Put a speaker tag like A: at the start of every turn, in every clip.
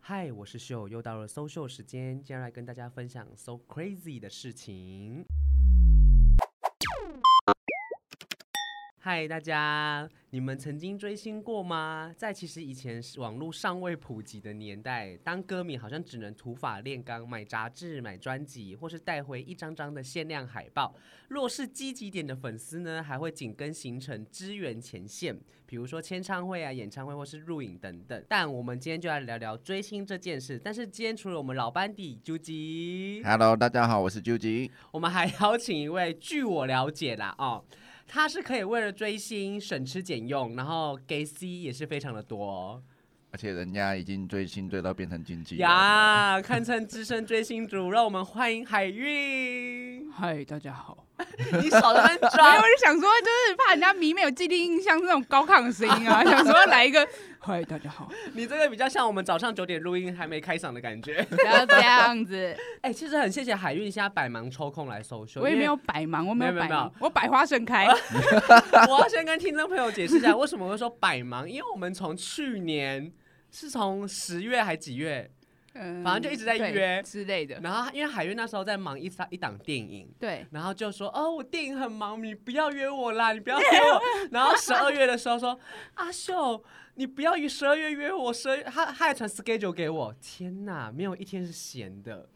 A: 嗨，我是秀，又到了搜秀时间，今天来跟大家分享 so crazy 的事情。嗨，大家，你们曾经追星过吗？在其实以前是网络尚未普及的年代，当歌迷好像只能土法炼钢，买杂志、买专辑，或是带回一张张的限量海报。若是积极点的粉丝呢，还会紧跟行程支援前线，比如说签唱会啊、演唱会或是录影等等。但我们今天就来聊聊追星这件事。但是今天除了我们老班底究极，
B: Hello，大家好，我是 Juji。
A: 我们还邀请一位，据我了解啦，哦，他是可以为了追星省吃俭用，然后给 C 也是非常的多哦
B: 而且人家已经追星追到变成经纪人了，
C: 啊
A: 呀，堪称资深追星族。让我们欢迎海韵，
C: 嗨，大家好。
A: 你少在那边
C: 没有，我
A: 装。
C: 就想说，就是怕人家迷妹有既定印象是那种高亢的声音 啊，想说来一个嗨，大家好，
A: 你这个比较像我们早上九点录音还没开嗓的感觉。
C: 不要这样子。
A: 哎、其实很谢谢海韵现在百忙抽空来搜秀，
C: 我也
A: 因为
C: 没有百忙，我
A: 没有
C: 有
A: 没有
C: 百
A: 没有
C: 忙，我百花盛开。
A: 我要先跟听众朋友解释一下，为什么会说百忙，因为我们从去年是从十月还几月，
C: 嗯
A: 反正就一直在
C: 对
A: 约
C: 之类的。
A: 然后因为海韵那时候在忙一一档电影。
C: 对，
A: 然后就说哦，我电影很忙，你不要约我啦，你不要约我。 然后十二月的时候说，阿秀，你不要十二月约我，十二月他他还传 schedule 给我，天哪，没有一天是闲的，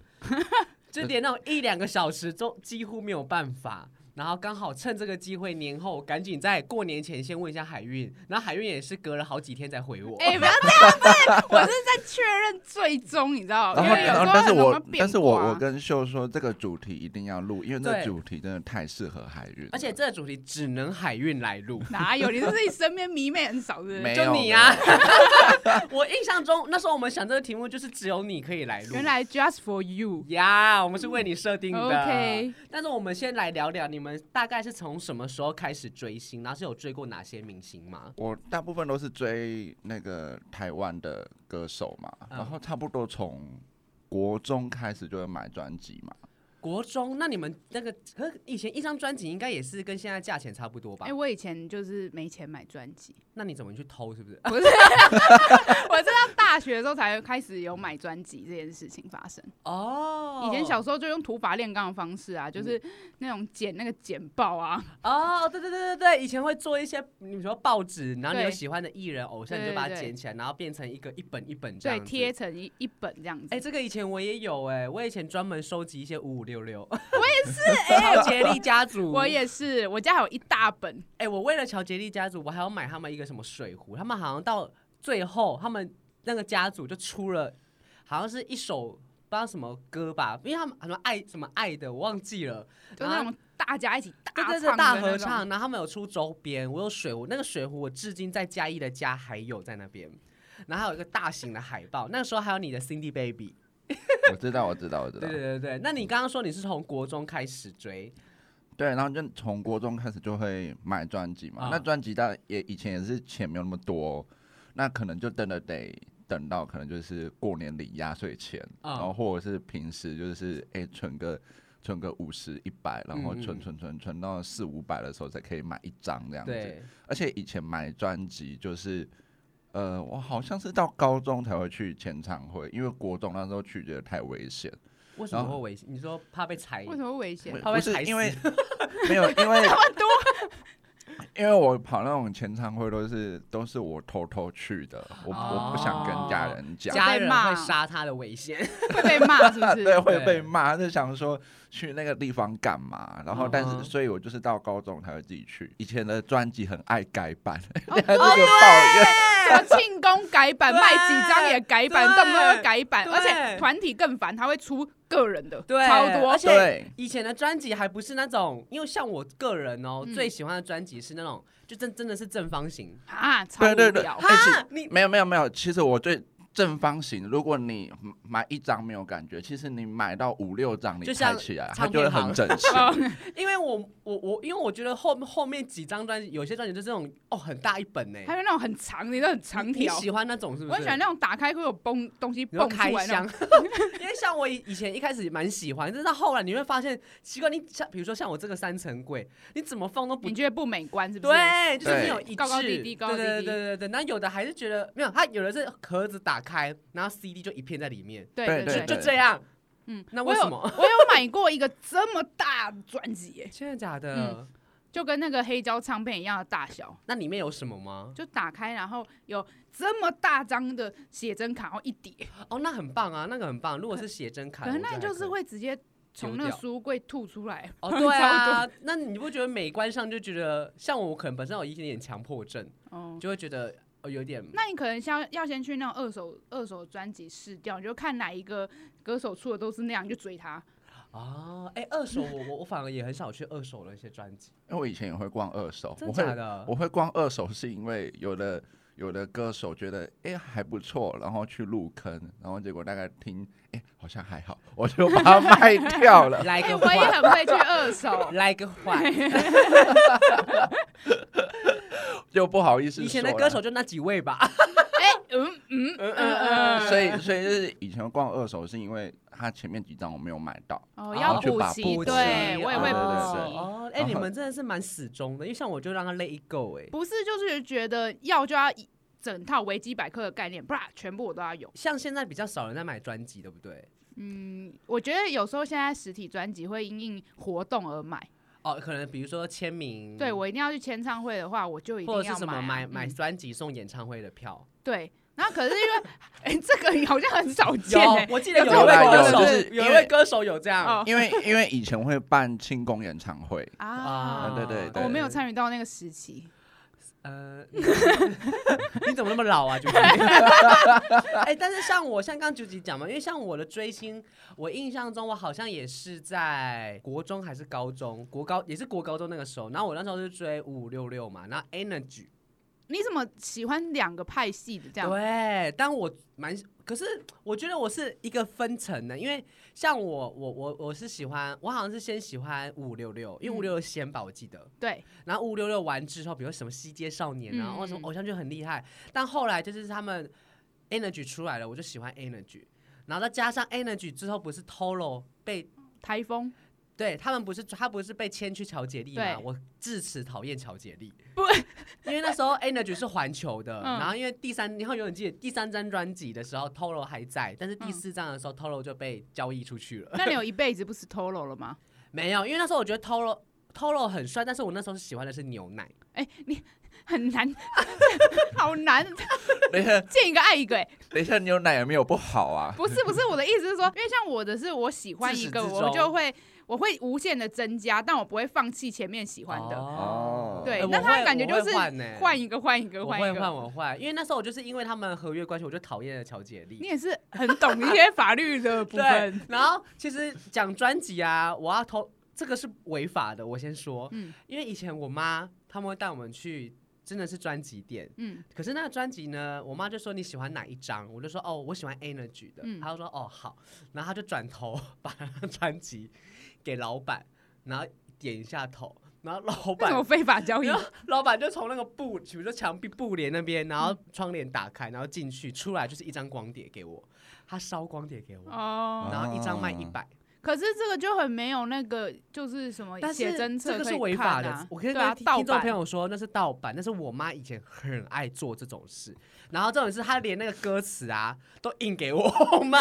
A: 就连那种一两个小时都几乎没有办法。然后刚好趁这个机会，年后赶紧在过年前先问一下海运，然后海运也是隔了好几天才回我。
C: 哎，不要这样子，我是在确认最终，你知道？
B: 然
C: 因
B: 后，
C: 为有
B: 然
C: 时
B: 后
C: 候，
B: 哦但是
C: 很容易
B: 我，
C: 变
B: 但是我，
C: 卦啊
B: 我跟秀说，这个主题一定要录，因为这
A: 对
B: 个主题真的太适合海运了，
A: 而且这个主题只能海运来录。
C: 哪有？你是不是身边迷妹很少，是不
B: 没
C: 是？
A: 就
B: 有
A: 你啊！我印象中那时候我们想这个题目就是只有你可以来录。
C: 原来 just for you。
A: 呀我们是为你设定的。
C: OK，
A: 但是我们先来聊聊，你们大概是从什么时候开始追星？然后是有追过哪些明星吗？
B: 我大部分都是追那个台湾的歌手嘛，
A: 嗯
B: 然后差不多从国中开始就会买专辑嘛。
A: 国中？那你们那个，可是以前一张专辑应该也是跟现在价钱差不多吧？
C: 哎，我以前就是没钱买专辑，
A: 那你怎么去偷？ 是不是？
C: 不是， 我是到大学的时候才开始有买专辑这件事情发生。
A: 哦嗯
C: 以前小时候就用土法炼钢的方式啊，就是那种剪那个剪报啊，
A: 哦，对对对对对，以前会做一些，你说报纸，然后你有
C: 对
A: 喜欢的艺人偶像，你
C: 对
A: 就把它
C: 对对
A: 剪起来，然后变成一个一本一本这
C: 对，
A: 样子
C: 贴。成一一本这样子。
A: 哎、这个以前我也有哎、我以前专门收集一些五五六六，
C: 是哎、
A: 乔杰利家族，
C: 我也是，我家还有一大本，
A: 哎、我为了乔杰利家族，我还要买他们一个什么水壶，他们好像到最后，他们那个家族就出了，好像是一首不知道什么歌吧，因为他们什么爱什么爱的，我忘记了。
C: 就是那种大家一起
A: 对
C: 大
A: 啊对
C: 唱
A: 对，
C: 的
A: 大合
C: 那种
A: 唱，然后他们有出周边，我有水壶，那个水壶我至今在嘉义的家还有在那边，然后还有一个大型的海报，那个时候还有你的 Cindy Baby，
B: 我知道，我知道，我知
A: 对
B: 道
A: 对。对对，那
C: 嗯
A: 你刚刚说你是从国中开始追，
B: 对，然后就从国中开始就会买专辑嘛。
A: 啊
B: 那专辑当然也以前也是钱没有那么多，那可能就真的得等到可能就是过年领压岁钱，
A: 啊
B: 然后或者是平时就是哎存个存个五十一百，然后
A: 嗯嗯
B: 存存存存到四五百的时候才可以买一张这样子。
A: 对，
B: 而且以前买专辑就是。呃，我好像是到高中才会去签唱会，因为国中那时候去觉得太危险，
A: 为什么
B: 然
A: 会
B: 后
A: 危险？你说怕被裁？
C: 为什么会危 险？
A: 怕被
B: 不是
A: 踩
B: 因为
A: 死
B: 没有，因为 因为我跑那种签唱会都是都是我偷偷去的，我、我不想跟家人
A: 哦
B: 讲，
A: 家
C: 被
A: 人
C: 骂
A: 会杀他的危险？
C: 会被骂是 不
B: 对
C: 是？
B: 会被骂，就想说去那个地方干嘛？然后但是、
A: 嗯哼
B: 所以我就是到高中才会自己去。以前的专辑很爱改版，
C: 哦
B: 还这个抱怨。
C: 什么庆功改版，
A: 对
C: 卖几张也改版，
A: 对
C: 动不动就改版，
A: 对
C: 而且团体更烦，他会出个人的，
A: 对
C: 超多
A: 而。且
B: 对，
A: 以前的专辑还不是那种，因为像我个人哦，
C: 嗯
A: 最喜欢的专辑是那种，就真真的是正方形。
C: 啊，超
B: 对
C: 无
B: 对对
C: 聊。
B: 而且
A: 哈，你
B: 没有没有没有，其实我最正方形，如果你买一张没有感觉，其实你买到五六张，你
A: 就像
B: 拍起来它
A: 唱
B: 就
A: 片
B: 会
A: 行
B: 很整 齐。
C: 哦
A: 因为我我我，因为我觉得后后面几张专辑，有些专辑就是那种哦很大一本呢、
C: 还有那种很长的，那种很长
A: 你
C: 条
A: 你。喜欢那种是不是？
C: 我很喜欢那种打开会有崩东西
A: 你说
C: 蹦出
A: 开
C: 来那
A: 箱
C: 种，，
A: 因为像我以以前一开始蛮喜欢，但是到后来你会发现奇怪，你像比如说像我这个三层柜，你怎么放都不
C: 你觉得不美观是不是？
A: 对，就是没有
B: 对
A: 一致，
C: 高高低低高高低低
A: 对对对对对。那有的还是觉得没有，它有的是壳子打开，然后 CD 就一片在里面，
C: 对
B: 对
A: 就
C: 对
A: 就这样。
C: 嗯，
A: 那
C: 我
A: 为
C: 有
A: 什么？
C: 我有买过一个这么大的专辑耶，
A: 真的假
C: 嗯
A: 的？
C: 就跟那个黑胶唱片一样的大小，
A: 那里面有什么吗？
C: 就打开然后有这么大张的写真卡，然后一叠，
A: 哦，那很棒啊，那个很棒。如果是写真卡，
C: 可能
A: 我觉
C: 那
A: 得
C: 就是
A: 还可以
C: 会直接从那个书柜吐出来。
A: 哦，对啊。那你不觉得美观上就觉得，像我可能本身有一点点强迫症，
C: 哦，
A: 就会觉得哦有点
C: 那你可能像要先去那种二手二手专辑试掉，你就看哪一个歌手出的都是那样，你就追他。
A: 啊。哎，二手我我我反而也很少去二手的一些专辑，
B: 因为我以前也会逛二手，
A: 真
B: 我
A: 的
B: 会
A: 假的？
B: 我会逛二手，是因为有的有的歌手觉得哎、还不错，然后去入坑，然后结果大概听哎、好像还好，我就把它卖 掉了。
A: 来
C: 哎、
A: 个
C: 我也
A: 坏，
C: 很会去二手。
A: 来个 坏。
B: 就不好意思说
A: 以
B: 了。
A: 前的歌手就那几位吧。
C: 哎、嗯嗯嗯嗯
B: 所以所以就是以前逛二手是因为他前面几张我没有买到，
C: 哦，
A: 哦
C: 要
B: 去
C: 补
B: 把
C: 习，
B: 补习
A: 啊
C: 对我也会
B: 哦
C: 补
B: 对对
C: 习。
A: 哦，哎、
B: 然后
A: 你们真的是蛮死忠的，因为像我就让他 let it go 哎、
C: 不是，就是觉得要就要一整套维基百科的概念，不然全部我都要有。
A: 像现在比较少人在买专辑，对不对？
C: 嗯，我觉得有时候现在实体专辑会因应活动而买。
A: 哦，可能比如说签名，
C: 对我一定要去签唱会的话，我就一
A: 嗯
C: 定
A: 或
C: 要
A: 者是什
C: 买
A: 么
C: 啊
A: 买买
C: 嗯
A: 专辑送演唱会的票。
C: 对。然后可是因为， 哎、这个好像很少见
A: 有
C: 哎、，
A: 我记得有
C: 有
A: 一位
B: 这种
A: 歌
B: 有就
A: 手
B: 是，
A: 有一
B: 因
A: 位
B: 为
A: 歌手有这样
C: 哦
B: 因为因为以前会办庆功演唱会，
C: 啊
B: 嗯对对对
C: 我没有参与到那个时期，
A: 呃，你 你怎么那么老啊，九姐？ 哎，但是像我，像刚刚九姐讲嘛，因为像我的追星，我印象中我好像也是在国中还是高中，国高也是国高中那个时候，然后我那时候是追五五六六嘛，然后 Energy，
C: 你怎么喜欢两个派系的这样？
A: 对，但我蛮，可是我觉得我是一个分层的，因为像我，我我我是喜欢，我好像是先喜欢五五六六，因为
C: 嗯
A: 五六六先吧，我记得，
C: 对，
A: 然后五五六六完之后，比如什么西街少年啊，
C: 嗯
A: 或什么偶像剧很厉害，但后来就是他们 Energy 出来了，我就喜欢 Energy，然后再加上 Energy 之后，不是 Toro 被。
C: 台风
A: 对他们不是他不是被迁去乔杰利嘛？
C: 对
A: 我至此讨厌乔杰利，不，因为那时候 Energy 是环球的，
C: 嗯
A: 然后因为第三，你会永远记得第三张专辑的时候，Toro 还在，但是第
C: 嗯
A: 四张的时候、t o r o 就被交易出去了。
C: 那你有一辈子不吃 Toro 了吗？
A: 没有，因为那时候我觉得 Toro Toro 很帅，但是我那时候喜欢的是牛奶。
C: 哎、你很 难，好难，
B: 等一下
C: 见一个爱一个、哎，
B: 等一下牛奶也没有不好啊，
C: 不是不是，我的意思是说，因为像我的是我喜欢一个，
A: 自始至
C: 我
A: 终
C: 就会我会无限的增加，但我不会放弃前面喜欢的。
B: 哦
C: 对
A: 哎
C: 那
A: 我
C: 他
A: 会
C: 感觉
A: 我会
C: 就是
A: 换呢
C: 换一个，换一个，
A: 我
C: 换
A: 会
C: 一
A: 换
C: 个。
A: 我换，因为那时候我就是因为他们合约关系，我就讨厌了乔杰利
C: 你。也是很懂一些法律的部
A: 对
C: 分。，
A: 然后其实讲专辑啊，我要投这个是违法的，我先说，
C: 嗯
A: 因为以前我妈他们会带我们去。真的是专辑店，
C: 嗯，
A: 可是那个专辑呢，我妈就说你喜欢哪一张，我就说哦，我喜欢 Energy 的，
C: 嗯
A: 她就说哦好，然后她就转头 把那张专辑给老板，然后点一下头，然后老
C: 为什么
A: 板，
C: 非 法交易
A: 然？后老板就从那个布，比如说墙壁布帘那边，然后窗帘打开，然后进去，出来就是一张光碟给我，他烧光碟给我，
C: 哦，
A: 然后一张卖一
B: 哦
A: 百，
C: 可是这个就很没有那个，就是什么
A: 但
C: 写
A: 是
C: 真册
A: 这个
C: 可
A: 是
C: 以
A: 违法
C: 看
A: 的。
C: 啊
A: 我跟
C: 对啊，
A: 那听
C: 盗
A: 听众朋
C: 版。
A: 友说那是盗版，但是我妈以前很爱做这种事。然后这种事，她连那个歌词啊都印给我妈，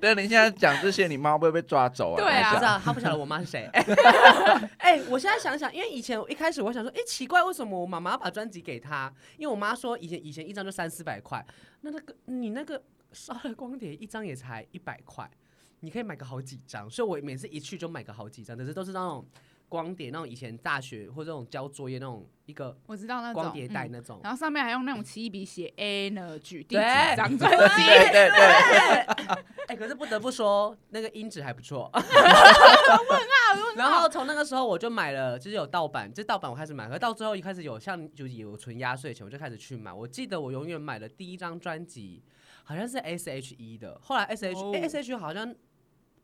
B: 但你现在讲这些，你妈会不会被抓走啊？
C: 对啊
A: 她不
B: 我
A: 知
B: 想
A: 道她不晓得我妈是谁。 哎、我现在想想，因为以前我一开始我想说，哎、奇怪，为什么我妈妈要把专辑给她？因为我妈说以前以前一张就三四百块，那那个你那个烧了光碟一张也才一百块，你可以买个好几张，所以我每次一去就买个好几张，可是都是那种光碟，那种以前大学或者那种交作业那种一个
C: 我知道那种
A: 光碟带
C: 嗯
A: 那种。
C: 然后上面还用那种奇异笔写 energy 第几
A: 对
C: 张
A: 对
C: 专
A: 对
C: 辑，
B: 对对对，
A: 哎、可是不得不说，那个音质还不 错。然后从那个时候我就买了，就是有盗版，这盗版我开始买，可是到最后一开始有像就是有存压岁钱，我就开始去买。我记得我永远买的第一张专辑好像是 S H E 的，后来 S H
C: 哦
A: S H E 好像。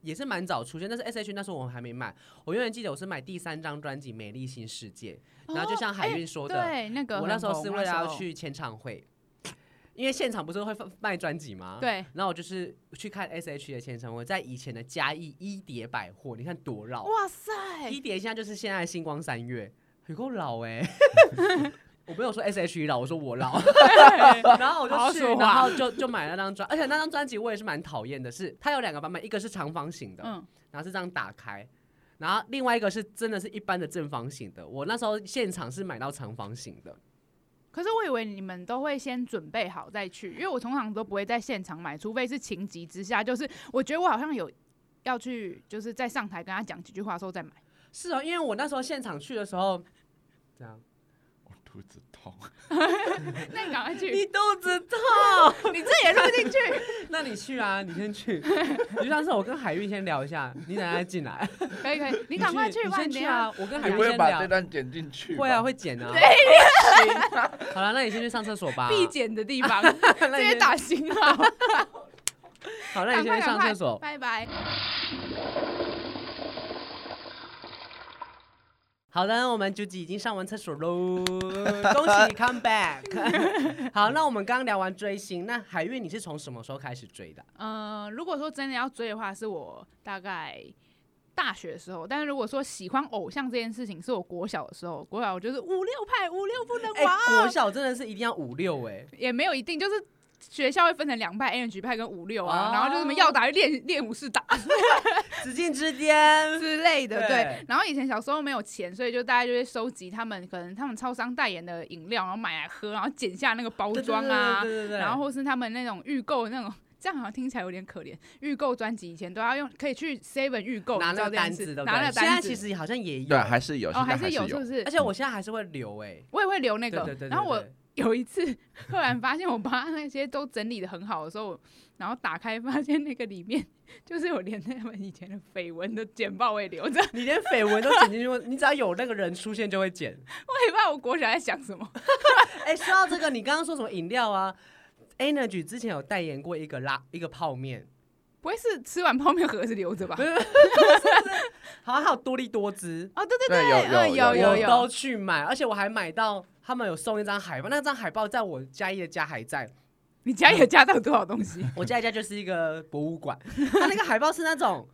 A: 也是蛮早出现，但是 S H E 那时候我还没买。我永远记得我是买第三张专辑《美丽新世界》，然后就像海
C: 哦
A: 运说的，
C: 哎对那个
A: 我那
C: 很
A: 时候
C: 红
A: 是为了要
C: 时候
A: 去签唱会，因为现场不是会放卖专辑吗？。
C: 对
A: 然后我就是去看 S H 的签唱会，在以前的嘉义一叠百货，你看多老。
C: 哇塞，
A: 一叠现在就是现在的星光三月，有够老哎、欸 我没有说 S H E 老，我说我老， 然后我
D: 好好
A: 就去，
D: 说话
A: 然后就就买了那张专，而且那张专辑我也是蛮讨厌的，是它有两个版本，一个是长方形的，
C: 嗯，
A: 然后是这样打开，然后另外一个是真的是一般的正方形的，我那时候现场是买到长方形的，
C: 可是我以为你们都会先准备好再去，因为我通常都不会在现场买，除非是情急之下，就是我觉得我好像有要去，就是在上台跟他讲几句话的时 候再买。
A: 是哦，因为我那时候现场去的时候，这样，
B: 我 肚子痛。
C: 那你赶快去，
A: 你肚子 痛，
C: 你这也录进去，
A: 那你去啊，你先 去，你就像是我跟海运先聊一下，你等下进来，
C: 可以可 以，你赶快
A: 去，你
C: 吧，
A: 先
C: 你等
A: 去
C: 一下
A: 啊，我跟海
B: 你
A: 运
B: 不会
A: 先
B: 把这
A: 聊，
B: 段剪进去？
A: 会啊，。会剪啊， 好了，那你先去上厕所 吧，
C: 必剪的地方，
A: 那你
C: 直接
A: 先
C: 打星号，
A: 好， 那
C: 赶
A: 你先去
C: 快 赶
A: 上
C: 快
A: 厕所。
C: 拜拜。
A: 好的，我们九吉已经上完厕所喽， 恭喜你 come back。好， 那我们刚刚聊完追星，那海月你是从什么时候开始追的？
C: 呃，如果说真的要追的话，是我大概大学的时候；但是如果说喜欢偶像这件事情，是我国小的时候。国小我就是五六派，五六不能
A: 哎、
C: 玩，
A: 国小真的是一定要五六哎，
C: 也没有一定，就是学校会分成两派，energy 派跟五六啊，
A: 哦
C: 然后就是什么要打就练练武士打
A: 紫禁之巅。
C: 之类的，对。
A: 对
C: 然后以前小时候没有钱，所以就大家就会收集他们可能他们超商代言的饮料，然后买来喝，然后剪下那个包
A: 对对
C: 装啊，
A: 对对对对对
C: 然后或是他们那种预购的那种， 这样好像听起来有点可怜。预购专辑以前都要用，可以去 Seven 预购，
A: 拿
C: 你知道
A: 那个
C: 这件
A: 单
C: 事
A: 子，对不
C: 拿那
A: 对？
C: 个
A: 现在
C: 单子。
A: 其实好像也有
B: 对，，啊还是有，
C: 哦，
B: 现在
C: 还是
B: 有，
C: 是不是
A: 而？且我现在还是会留哎、
C: 我也会留那
A: 对对
C: 个
A: 对对。
C: 然后我
A: 对
C: 有一次 突然发现我把那些都整理的很好的时候，然后打开发现那个里面 就是有连他们以前的绯闻的简报我也留着，我
A: 你连绯闻都剪进去，你只要有那个人出现就会剪。
C: 也不知道我国小在想什么。
A: 哎、说到这个，你刚刚说什么饮料啊？Energy 之前有代言过一个拉一个泡面，
C: 不会是吃完泡面盒子留着吧
A: 不？是，不是好像还有多利多汁，
C: 哦，对对
B: 对有
C: 呃
B: 有
C: 有
B: 有
A: 我都去买，而且我还买到他们有送一张海报，那张海报在我家一的家还在，
C: 你家有加到多少东西？
A: 我家一家就是一个博物 馆，它那个海报是那种。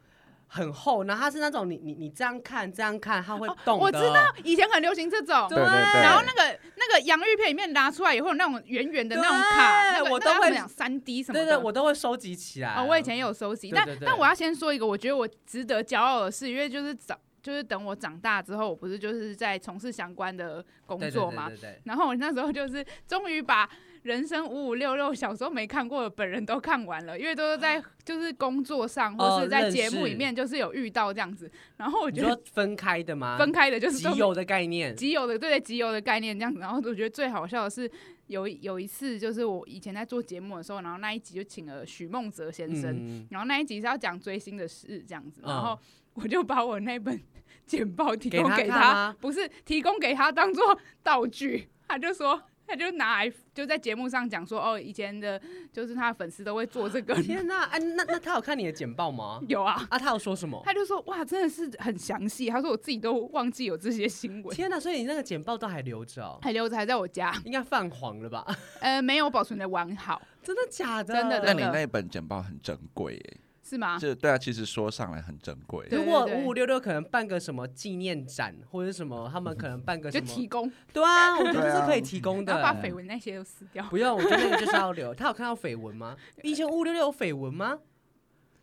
A: 很厚，然后它是那种你你你这样看这样看，它会动的。
C: 我知道，以前很流行这种。
B: 对对对
C: 然后那个那个洋芋片里面拿出来也会有那种圆圆的那种卡，
A: 对
C: 那个
A: 我
C: 那个
A: 都
C: 叫
A: 会
C: 什么讲三 D 什么
A: 对
C: 的。
A: 对，我都会收集起来。
C: 哦，我以前也有收集，
A: 对对
C: 但
A: 对
C: 但我要先说一个，我觉得我值得骄傲的事，因为就是早就是等我长大之后，我不是就是在从事相关的工
A: 对对
C: 作嘛，
A: 对对对
C: 然后我那时候就是终于把人生五五六六小时候没看过的本人都看完了，因为都是在就是工作上
A: 啊哦
C: 或是在
A: 认
C: 节
A: 识
C: 目里面就是有遇到这样子，然后我
A: 对你
C: 觉得
A: 说分开的吗？
C: 分开的就是都
A: 集邮的概念。
C: 集邮的对对集邮的概念这样子，然后我觉得最好笑的是有一有一次就是我以前在做节目的时候，然后那一集就请了许梦哲先生，
A: 嗯，
C: 然后那一集是要讲追星的事这样子，
A: 嗯
C: 然后 我就把我那本简报提供
A: 给
C: 给
A: 他看吗
C: 不是提供给他当做道具，他就说。他就拿来就在节目上讲说，哦，以前的就是他的粉丝都会做这个，？
A: 天哪！哎，那那他有看你的简报吗
C: 有啊，
A: 啊，他有说什么？
C: 他就说哇，真的是很详细。他说我自己都忘记有这些新闻，
A: 天哪！所以你那个简报都还留着 哦，
C: 还留着还在我家，
A: 应该泛黄了吧？
C: 呃，没有保存的完好，
A: 真的假的？
C: 真的
B: 那
C: 真
B: 你
C: 的
B: 那本简报很珍贵耶，
C: 是吗？
B: 这对啊，其实说上来很珍贵。
C: 对
A: 如果
C: 对
A: 五五六六可能办个什么纪念展，或者什么，他们可能办个
C: 就
A: 什
C: 提
A: 么，
C: 供，
A: 对啊，我觉得
B: 对
A: 这
B: 啊
A: 是可以提供
C: 然后把
A: 的。
C: 绯闻那些都撕 掉，
A: 不用，我觉得那个就是要留。他有看到绯闻 吗？以前五五六六有绯闻吗？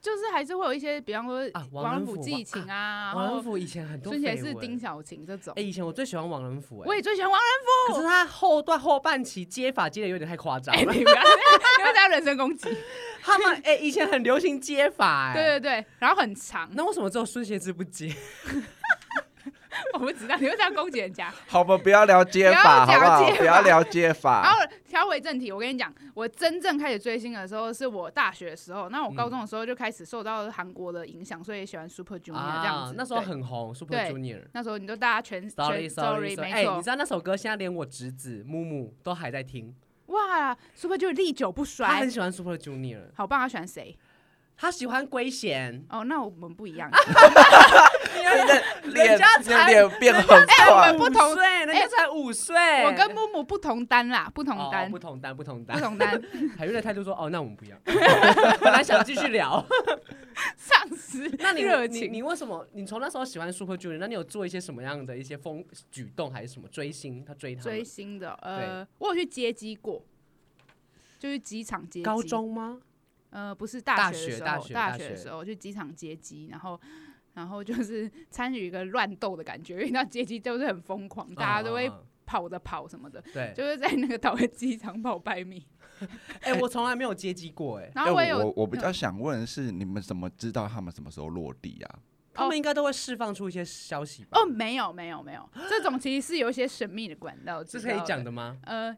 C: 就是还是会有一些，比方说
A: 啊王
C: 王
A: 仁
C: 仁甫
A: 甫
C: 寄情啊，然
A: 王
C: 后
A: 仁甫以前很多
C: 孙贤是
A: 绯
C: 丁
A: 闻。
C: 小晴这种。
A: 哎，以前我最喜欢王仁甫，
C: 我
A: 哎，
C: 也最喜欢王仁
A: 可是他后段后半期接法接的有点太夸张
C: 甫，
A: 了。
C: 哦哎你不要 这样人身攻击。
A: 他们哎，以前很流行接法，哎，
C: 对对对，然后很长，
A: 那为什么只有孙协志不接？
C: 我不知道你会这样攻击 人家。
B: 好，我们不要聊接法，
C: 不
B: 好
C: 要
B: 不
C: 聊
B: 好
C: 接？法
B: 不要聊接
A: 啊
C: 然
B: 法。
C: 后调回正题，我跟你讲，我真正开始追星的时候是我大学的时候，那我高中的时候就开始受到韩国的影响，所以喜欢 Super Junior 这样子。
A: 啊那时候
C: 对
A: 很红，Super
C: 对
A: Junior。
C: 那时候你就大家全
A: Sorry
C: 全
A: Sorry，
C: 没
A: 哎、
C: 错
A: 你知。道那首歌现在连我侄子木木都还在听，
C: 哇，Super Junior 历久不
A: 他
C: 衰
A: 很，喜欢 Super Junior，
C: 好棒！他喜欢谁？
A: 他喜欢龟贤，
C: 哦，那我们不 一样。
B: 那脸
A: 人家
B: 那
A: 才
B: 脸变很
C: 我
B: 快
C: 们，不同哎
A: 五岁，人家才五岁、
C: 我跟木木不同单啦，不同
A: 哦
C: 单，
A: 不同单不同
C: 不
A: 单，
C: 同单，
A: 海瑞的态度说哦，那我们不要，本来想继续聊，
C: 上是
A: 那你
C: 热
A: 你
C: 情。
A: 你为什么？你从那时候喜欢 Super Junior，那你有做一些什么样的一些风举动还是什么追星？他追他
C: 追
A: 们
C: 星的，呃，我有去接机过，就是机场接机。
A: 高中吗？
C: 呃，不是
A: 大
C: 大学
A: 学
C: 的时
A: 大
C: 候，
A: 学大
C: 大学的
A: 学
C: 时候去机场接机，然后然后就是参与一个乱斗的感觉，因为那接机就是很疯狂，大家都会
A: 嗯嗯
C: 跑着跑什么的，
A: 嗯对。
C: 就是在那个 岛的机场跑百米。
A: 哎、我从来没有接机过、哎，
C: 然后我也
B: 哎我
C: 有，嗯
B: 我我比较想问的是，你们怎么知道他们什么时候落地啊？
A: 他们应该都会释放出一些消息吧？
C: 哦，，没有没有没有，这种其实是有一些神秘的管道，
A: 这
C: 知
A: 是可以
C: 道
A: 讲
C: 的。
A: 的吗？
C: 呃，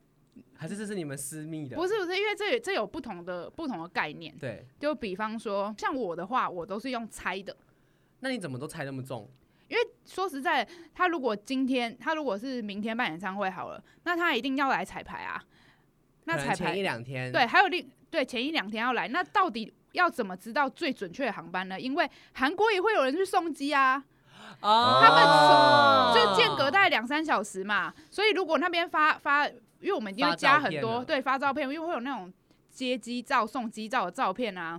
A: 还是这是你们私密的？
C: 不是不是，因为这有这有不同的不同的概念。
A: 对，
C: 就比方说，像我的话，我都是用猜的。
A: 那你怎么都猜那么中？
C: 说实在，他如果今天他如果是明天办演唱会好了，那他一定要来彩排啊。那
A: 可能
C: 彩
A: 前一
C: 排
A: 两天，
C: 对，，还有另对前一两天要来，那到底要怎么知道最准确的航班呢？因为韩国也会有人去送机啊，
A: 哦、
C: 他们
B: 从
C: 就间隔大概两三小时嘛。所以如果那边发发，因为我们一定
A: 发
C: 会
A: 照
C: 加很
A: 片
C: 多
A: 了
C: 对发照片，因为会有那种接机照、送机照的照片啊。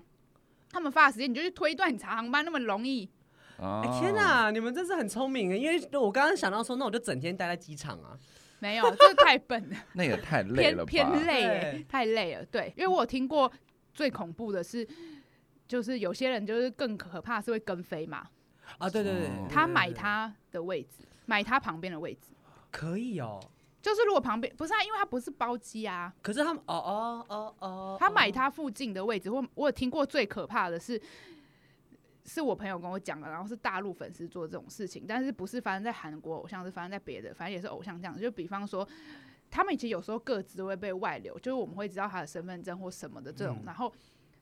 C: 他们发的时间，你就去推断你查航班那么容易，
B: 啊、
A: 哎、天！哪，你们真是很聪明啊！因为我刚刚想到说，那我就整天待在机场啊。
C: 没有，这太笨了。
B: 那也太累
C: 偏
B: 了吧？
C: 偏累耶、
A: 对
C: 太累了。对，因为我有听过最恐怖的是，就是有些人就是更可怕是会跟飞嘛，
A: 啊，对对对，
B: 哦
A: 对
C: 他买，
A: 对
C: 他的位置，买他旁边的位置。
A: 对可以哦。
C: 就是如果旁边不是啊，因为他不是包机啊，
A: 可是他们，哦哦哦哦，
C: 他买
A: 哦
C: 他附近的位置。我我有听过最可怕的是，是我朋友跟我讲的，然后是大陆粉丝做这种事情，但是不是发生在韩国偶像，是发生在别的，反正也是偶像这样子。就比方说，他们其实有时候各自会被外流，就是我们会知道他的身份证或什么的这种。
A: 嗯
C: 然后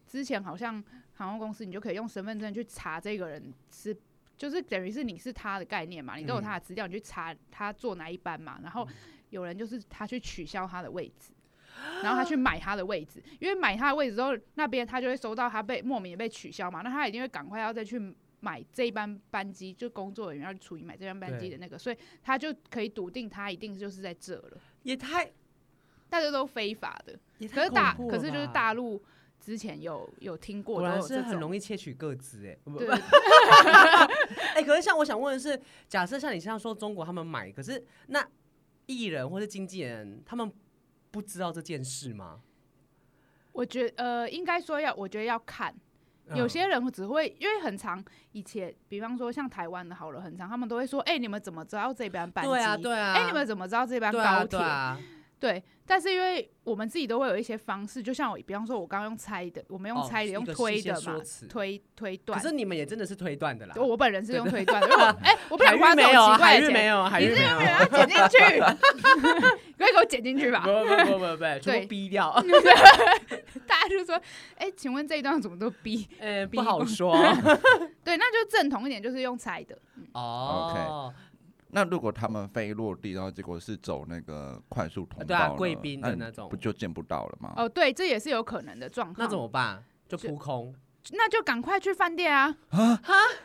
C: 之前好像航空公司，你就可以用身份证去查这个人是。就是等于是你是他的概念嘛，你都有他的资料，你去查他坐哪一班嘛。然后有人就是他去取消他的位置，然后他去买他的位置，因为买他的位置之后，那边他就会收到他被莫名的被取消嘛，那他一定会赶快要再去买这一班班机，就工作人员要去处理买这班班机的那个，所以他就可以笃定他一定就是在这了，
A: 也太
C: 大家都非法的。
A: 也
C: 可
A: 太
C: 是大，
A: 恐怖
C: 可
A: 了
C: 是就是
A: 吧
C: 大陆之前有有听过，
A: 果
C: 都
A: 然
C: 有
A: 是
C: 这
A: 很
C: 种。
A: 容易窃取个资哎。不
C: 对，
A: 哎、可是像我想问的是，假设像你像说中国他们买，可是那艺人或是经纪人他们不知道这件事吗？
C: 我觉呃，应该说要，我觉得要看，
A: 嗯
C: 有些人只会因为很长，以前比方说像台湾的好了，很长，他们都会说，哎、你们怎么知道这班班机？
A: 对啊对啊，
C: 哎、你们怎么知道这班
A: 对啊
C: 高铁？
A: 对啊，
C: 对，但是因为我们自己都会有一些方式，就像我，比方说我刚刚用猜的，我们用
A: 哦
C: 猜的，
A: 一
C: 用
A: 个
C: 推
A: 事先
C: 的嘛
A: 说辞，
C: 推推
A: 可
C: 断。
A: 是你们也真的是推断的啦。
C: 我本人是用推 断的，因为我哎、我不想
A: 海
C: 花
A: 运
C: 这
A: 没
C: 种
A: 有啊，
C: 奇
A: 海
C: 怪的
A: 运没
C: 钱，
A: 有啊，海运没有
C: 没
A: 啊。
C: 有要剪进去，你可以给我剪进去吧
A: 不。不不不不，全
C: 对
A: 部逼掉。
C: 大家就说，哎、请问这一段怎么都逼？
A: 呃，
C: 逼
A: 不好
C: 光
A: 说。
C: 对，那就正统一点，就是用猜的。
A: 哦
B: 那如果他们飞落地，然后结果是走那个快速通道呢，
A: 对啊贵宾的
B: 你
A: 那种
B: 不就见不到了吗？
C: 哦，对，这也是有可能的状况。
A: 那怎么办？就
C: 就
A: 扑空。
C: 那就赶快去饭店啊！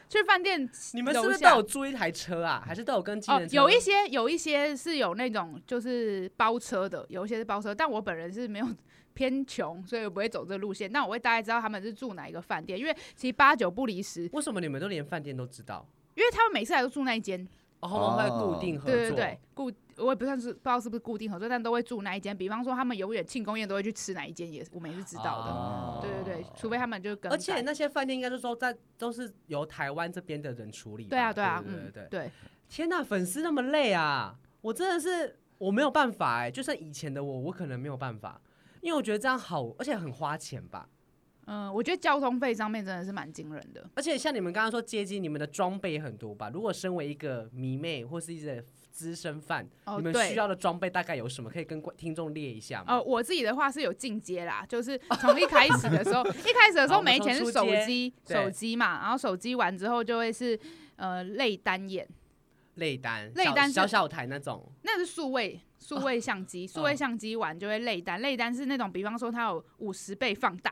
C: 去饭店
A: 你们是不
C: 楼
A: 是都
C: 下
A: 有租一台车啊？还是都有跟机
C: 哦
A: 人，车？
C: 有一些有一些是有那种就是包车的，有一些是包车，但我本人是没有偏穷，所以我不会走这路线。但我会大概知道他们是住哪一个饭店，因为其实八九不离十，
A: 为什么你们都连饭店都知道？
C: 因为他们每次来都住那一间，
A: 哦，他们会固
B: 哦
A: 定合作。
C: 对对对，固我也不算是不知道是不是固定合作，但都会住那一间。比方说他们永远庆功宴都会去吃哪一间，也我们也是知道的。
B: 哦
C: 对对对，除非他们就跟
A: 啊而且那些饭店应该都说在都是由台湾这边的人处理吧。
C: 对啊对啊，
A: 对对
C: 嗯
A: 对对。
C: 对，
A: 天呐，粉丝那么累啊！我真的是我没有办法哎、就算以前的我，我可能没有办法，因为我觉得这样好，而且很花钱吧。
C: 嗯，我觉得交通费上面真的是蛮惊人的。
A: 而且像你们刚刚说接机，你们的装备也很多吧？如果身为一个迷妹或是一个资深饭，
C: 哦，
A: 你们
C: 对
A: 需要的装备大概有什么？可以跟观听众列一下吗？
C: 呃，我自己的话是有进阶啦，就是从一开始的 时候，一开始的时
A: 好
C: 候
A: 我们
C: 没钱
A: 从
C: 是
A: 初
C: 手
A: 阶
C: 机，
A: 对
C: 手机嘛，然后手机完之后就会是呃类单眼，
A: 类单，
C: 类
A: 小
C: 单是
A: 小小台那种，
C: 那是数位数
A: 哦
C: 位相机，数位相机完就会类单，类单是那种比方说它有五十倍放大，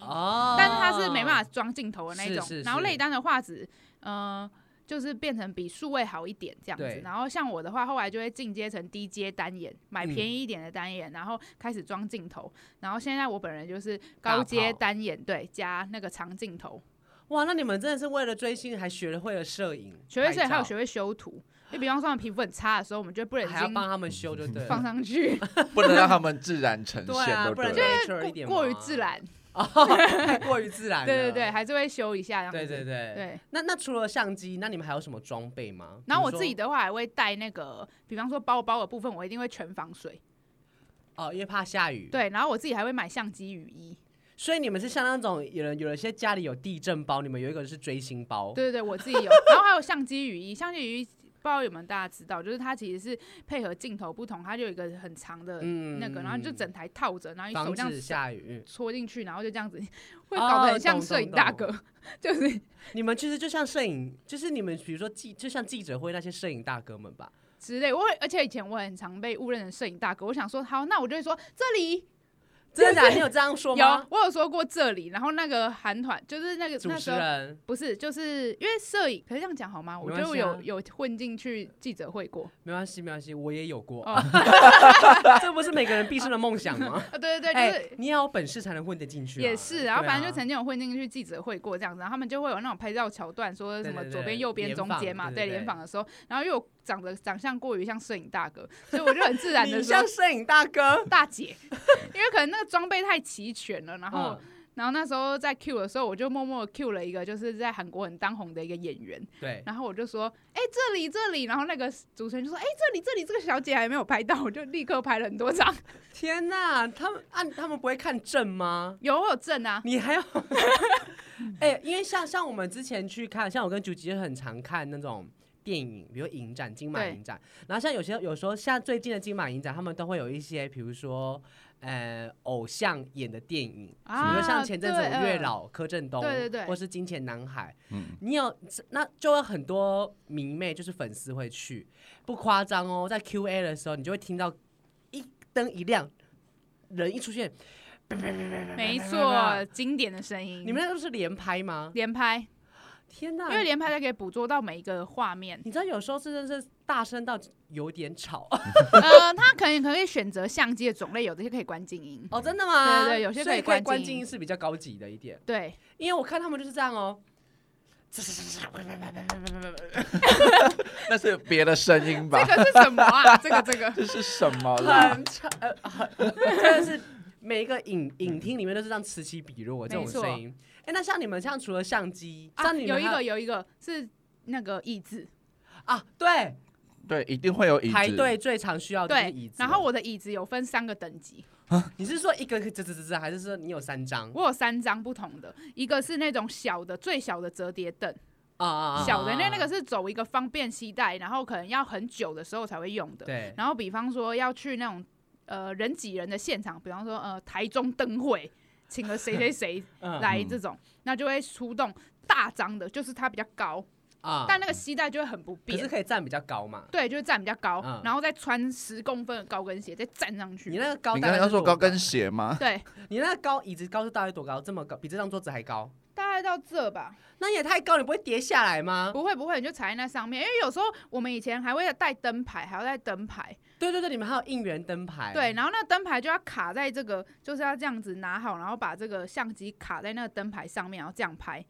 A: 哦
C: 但是它是没办法装镜头的那
A: 是
C: 种
A: 是，
C: 然后
A: 是
C: 类单的画质，呃。就是变成比数位好一点这样
A: 对
C: 子，然后像我的话，后来就会进阶成低阶单眼，买
A: 嗯
C: 便宜一点的单眼，然后开始装镜头，然后现在我本人就是
A: 大
C: 高阶
A: 炮
C: 单眼，对，加那个长镜头，
A: 哇，那你们真的是为了追星还学了会了摄影，
C: 学会摄影还有
A: 拍
C: 学会修图，就比方说他们皮肤很差的时候，我们就会不忍
A: 照还要
C: 心
A: 帮他们修，就对了，
C: 放 上去，
B: 不能让他们自然呈
A: 对
B: 现，
A: 啊，
B: 都
A: 不然就
B: 对了。
A: nature 一点嘛啊
C: 过于自，然。
A: 哦太过于自然了，
C: 对对对，还是会修一下。然后
A: 对对对
C: 对。
A: 那那除了相机，那你们还有什么装备吗？
C: 然后我
A: 比如说
C: 自己的话还会带那个，比方说包包的部分，我一定会全防水。
A: 哦，因为怕下雨，，
C: 对，然后我自己还会买相机雨衣。
A: 所以你们是像那种有人有一些家里有地震包，你们有一个是追星包，
C: 对对对，我自己有。然后还有相机雨衣，相机雨衣不知道有没有大家知道，就是它其实是配合镜头不同，它就有一个很长的
A: 嗯
C: 那个，然后你就整台套着，然后你手
A: 防
C: 这样
A: 止下雨。嗯
C: 戳进去，然后就这样子，会
A: 哦
C: 搞得很像
A: 懂
C: 摄
A: 懂
C: 影大
A: 懂
C: 哥， 就是
A: 你们其实就像摄影，就是你们比如说记，就像记者会那些摄影大哥们 吧。
C: 之类。我会而且以前我很常被误认成摄影大哥，我想说好，那我就会说这里
A: 真的假的？你有这样说
C: 有
A: 吗？，
C: 我有说过这里，然后那个韩团就是那个
A: 主
C: 那
A: 持
C: 时候。
A: 人，
C: 不是，就是因为摄影，可是这样讲好吗？我
A: 没关
C: 觉得我
A: 系
C: 有
A: 啊
C: 有混进去记者会过。
A: 没关系，没关系，我也有过。
C: 哦
A: 这不是每个人毕生的梦想吗？
C: 啊， 对对对，就
A: 哎、
C: 是、
A: 你要有本事才能混得进去、啊。
C: 也是，然后
A: 对啊
C: 反正就曾经有混进去记者会过这样子，然后他们就会有那种拍照桥段，说什么
A: 对对对
C: 左边、右边、
A: 联
C: 中
A: 访
C: 间嘛，
A: 对对
C: 对联
A: 对
C: 访的时候，然后又有长得长相过于像摄影大哥，所以我就很自然的
A: 你
C: 说
A: 像摄影大哥。
C: 大姐，因为可能那个装备太齐全了，然后、
A: 嗯、
C: 然后那时候在 Q 的时候，我就默默 Q 了一个就是在韩国很当红的一个演员，
A: 对，
C: 然后我就说，哎、这里这里，然后那个主持人就说，哎、这里这里这个小姐还没有拍到，我就立刻拍了很多张，
A: 天哪，他们按、他们不会看证吗？
C: 有我有证啊，
A: 你还有，哎、因为像像我们之前去看，像我跟九吉很常看那种电影，比如影展、金马
C: 对
A: 影展，然后像有些有时候像最近的金马影展，他们都会有一些，比如说呃偶像演的电影，比如
C: 啊
A: 说像前阵子
C: 对
A: 我月
C: 嗯
A: 老、柯震东，
C: 对对对
A: 或是金钱男孩，
B: 嗯，
A: 你有那就会很多迷妹，就是粉丝会去，不夸张哦，在 Q A 的时候，你就会听到一灯一亮，人一出现，
C: 没错，经典的声音，
A: 你们那都是连拍吗？
C: 连拍。
A: 天哪！。
C: 嗯因为连拍才可以捕捉到每一个画面
A: 你知道有时候真的是大声到有点 吵
C: 呃，它可以可以选择相机的种类，有这些可以关静音。
A: 哦，真的吗？
C: 对对有些
A: 所
C: 可以
A: 以
C: 关静音
A: 关静音是比较高级的一点，
C: 对，
A: 因为我看他们就是这样哦，
B: 那是别的声音吧
C: 这？个是什么啊？这个这个，
B: 这是什么啦？
A: 很吵，呃，很真的是每一个影影厅里面都是这样此起彼落这种
C: 嗯没错
A: 声音。哎，那像你们像除了相机，
C: 啊，
A: 像你们
C: 有一
A: 还
C: 个有一个是那个椅子，
A: 啊，对，
B: 对，一定会有椅子。
A: 排队最常需要的哦就是椅
C: 对
A: 子。。
C: 然后我的椅子有分三个等级，
A: 你是说一个吱吱吱吱，还是说你有三张
C: 我有三张不同的，一个是那种小的最小的折叠凳，
A: 啊啊啊？
C: 小的那
A: 啊
C: 那个是走一个方便携带，然后可能要很久的时候才会用的。
A: 对，
C: 然后比方说要去那种呃人挤人的现场，比方说呃台中灯会，请了谁谁谁
A: 嗯
C: 来这种，那就会出动大张的，就是它比较高，
A: 啊，
C: 但那个膝带就会很不
A: 可是
C: 便。
A: 可以站比较高嘛？
C: 对，就是站比较高，
A: 嗯
C: 然后再穿十公分的高跟鞋，再站上去。
A: 你那个高，
B: 你刚刚要说高跟，鞋吗？
C: 对，
A: 你那个高椅子高是大概多高？这么高，比这张桌子还高？
C: 大概到这吧，
A: 那也太高，你不会跌下来吗？
C: 不会不会，你就踩在那上面。因为有时候我们以前还会带灯牌，还要带灯牌，
A: 对对对，你们还有应援灯牌。
C: 对，，然后那个灯牌就要卡在这个，就是要这样子拿好，然后把这个相机卡在那个灯牌上面，然后这 样拍。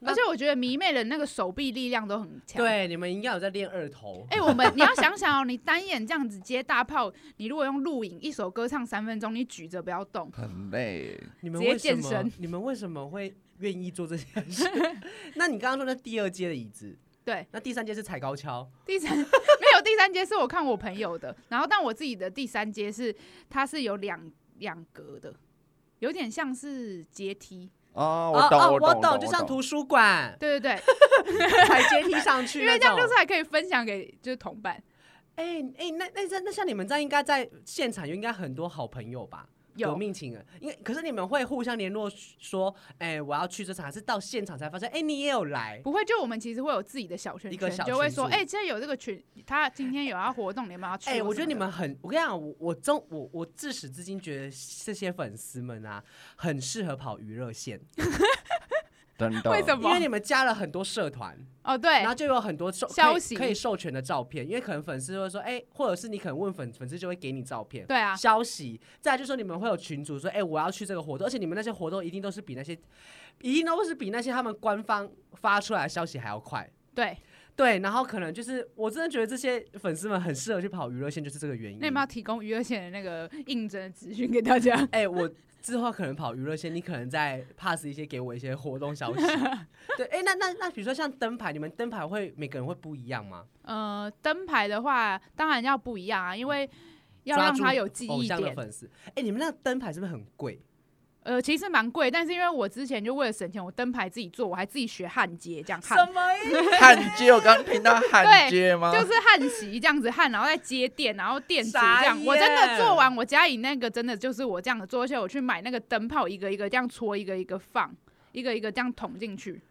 A: 那
C: 而且我觉得迷妹的那个手臂力量都很强。，
A: 对，你们应该有在练二头。
C: 哎、我们你要想想哦，你单眼这样子接大炮，你如果用录影一首歌唱三分钟，你举着不要动，
B: 很累，
A: 你们
C: 直接
A: 为什
C: 健身
A: 么？你们为什么会愿意做这件事？ 那你刚刚说那第二阶的椅子，
C: 对，
A: 那第三阶是踩高跷。
C: 第三 没有第三阶是我看我朋友的，然后但我自己的第三阶是它是有两两格的，有点像是阶梯。
B: 哦，
A: 哦
B: 我懂，
A: 哦
B: 我懂，
A: 懂，就像图书馆
C: 对对
A: 踩阶梯上去那种，
C: 对，因为这样就是还可以分享给就是同伴。
A: 哎、哎、那那像那像你们这样，应该在现场有应该很多好朋友吧？
C: 有
A: 革命情人，因为可是你们会互相联络说，哎、我要去这场，还是到现场才发现，哎、你也有来？
C: 不会，就我们其实会有自己的小圈
A: 一个
C: 圈，
A: 小
C: 就会
A: 群
C: 说，
A: 组
C: 哎、现在有这个群，他今天有要活动，你们要去或
A: 哎、
C: 什么的。
A: 我觉得你们很，我跟你讲，我我中我我自始至今觉得这些粉丝们啊，很适合跑娱乐线。
B: 真的。
C: 为什 么
A: 因为你们加了很多社团，
C: 哦，对
A: 然，后就有很多授
C: 消
A: 可以
C: 息
A: 可以授权的照片，因为可能粉丝会说，哎、或者是你可能问粉粉丝就会给你照片。
C: 对啊，
A: 消息，再来就说你们会有群主说，哎、我要去这个活动，而且你们那些活动一定都是比那些，一定都是比那些他们官方发出来的消息还要快。
C: 对。
A: 嗯对，然后可能就是我真的觉得这些粉丝们很适合去跑娱乐线，就是这个原因。
C: 那你们要提供娱乐线的那个应征的资讯给大家。
A: 哎、我之后可能跑娱乐线，你可能再 pass 一些给我一些活动消息。 对，哎、那那那比如说像灯牌，你们灯牌会每个人会不一样吗？
C: 呃，灯牌的话，当然要不一样啊，因为要
A: 抓
C: 让
A: 住
C: 他有记
A: 偶
C: 忆
A: 像的
C: 点。
A: 粉丝，哎、你们那灯牌是不是很贵？
C: 呃，其实蛮贵，但是因为我之前就为了省钱，我灯牌自己做，我还自己学焊接，这样焊，
A: 么意思？
B: 焊接，我刚听到焊
C: 对
B: 接吗？
C: 就是焊锡这样子焊，然后再接电，然后电池
A: 傻
C: 这样。我真
A: 眼
C: 的做完，我家里那个真的就是我这样的做，而且我去买那个灯泡，一个一个这样戳，一个一个放，一个一个这样捅进去。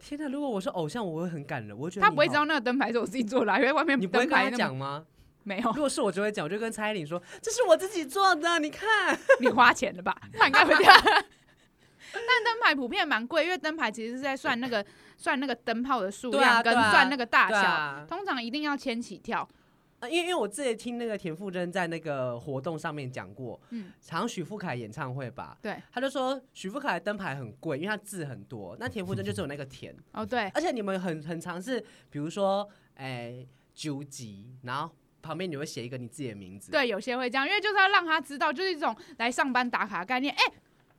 A: 天哪！如果我是偶像，我会很感人，我会觉得
C: 他
A: 你
C: 不会
A: 好
C: 知道，那个灯牌是我自己做的啊、因为外 面
A: 你不会
C: 灯
A: 跟他
C: 牌那么
A: 讲吗？
C: 没有
A: 如，果是我就会讲，我就跟蔡依林说：“这是我自己做的， 你看。
C: 你花钱了吧？他应该会这 样。但灯牌普遍蛮贵，因为灯牌其实是在算那个算那个灯泡的数
A: 对啊
C: 量跟
A: 对啊
C: 算那个大
A: 对
C: 小，
A: 啊
C: 通常一定要千起跳。
A: 呃”因为因为我之前听那个田馥甄在那个活动上面讲过，嗯
C: 嗯，
A: 好像许富凯演唱会吧，
C: 对，
A: 他就说许富凯的灯牌很贵，因为他字很多，那田馥甄就只有那个 田，
C: 哦，对，
A: 而且你们很很常是，比如说，哎，九级，然后旁边你会写一个你自己的名字，，
C: 对，有些会这样，因为就是要让他知道，就是一种来上班打卡的概念。哎、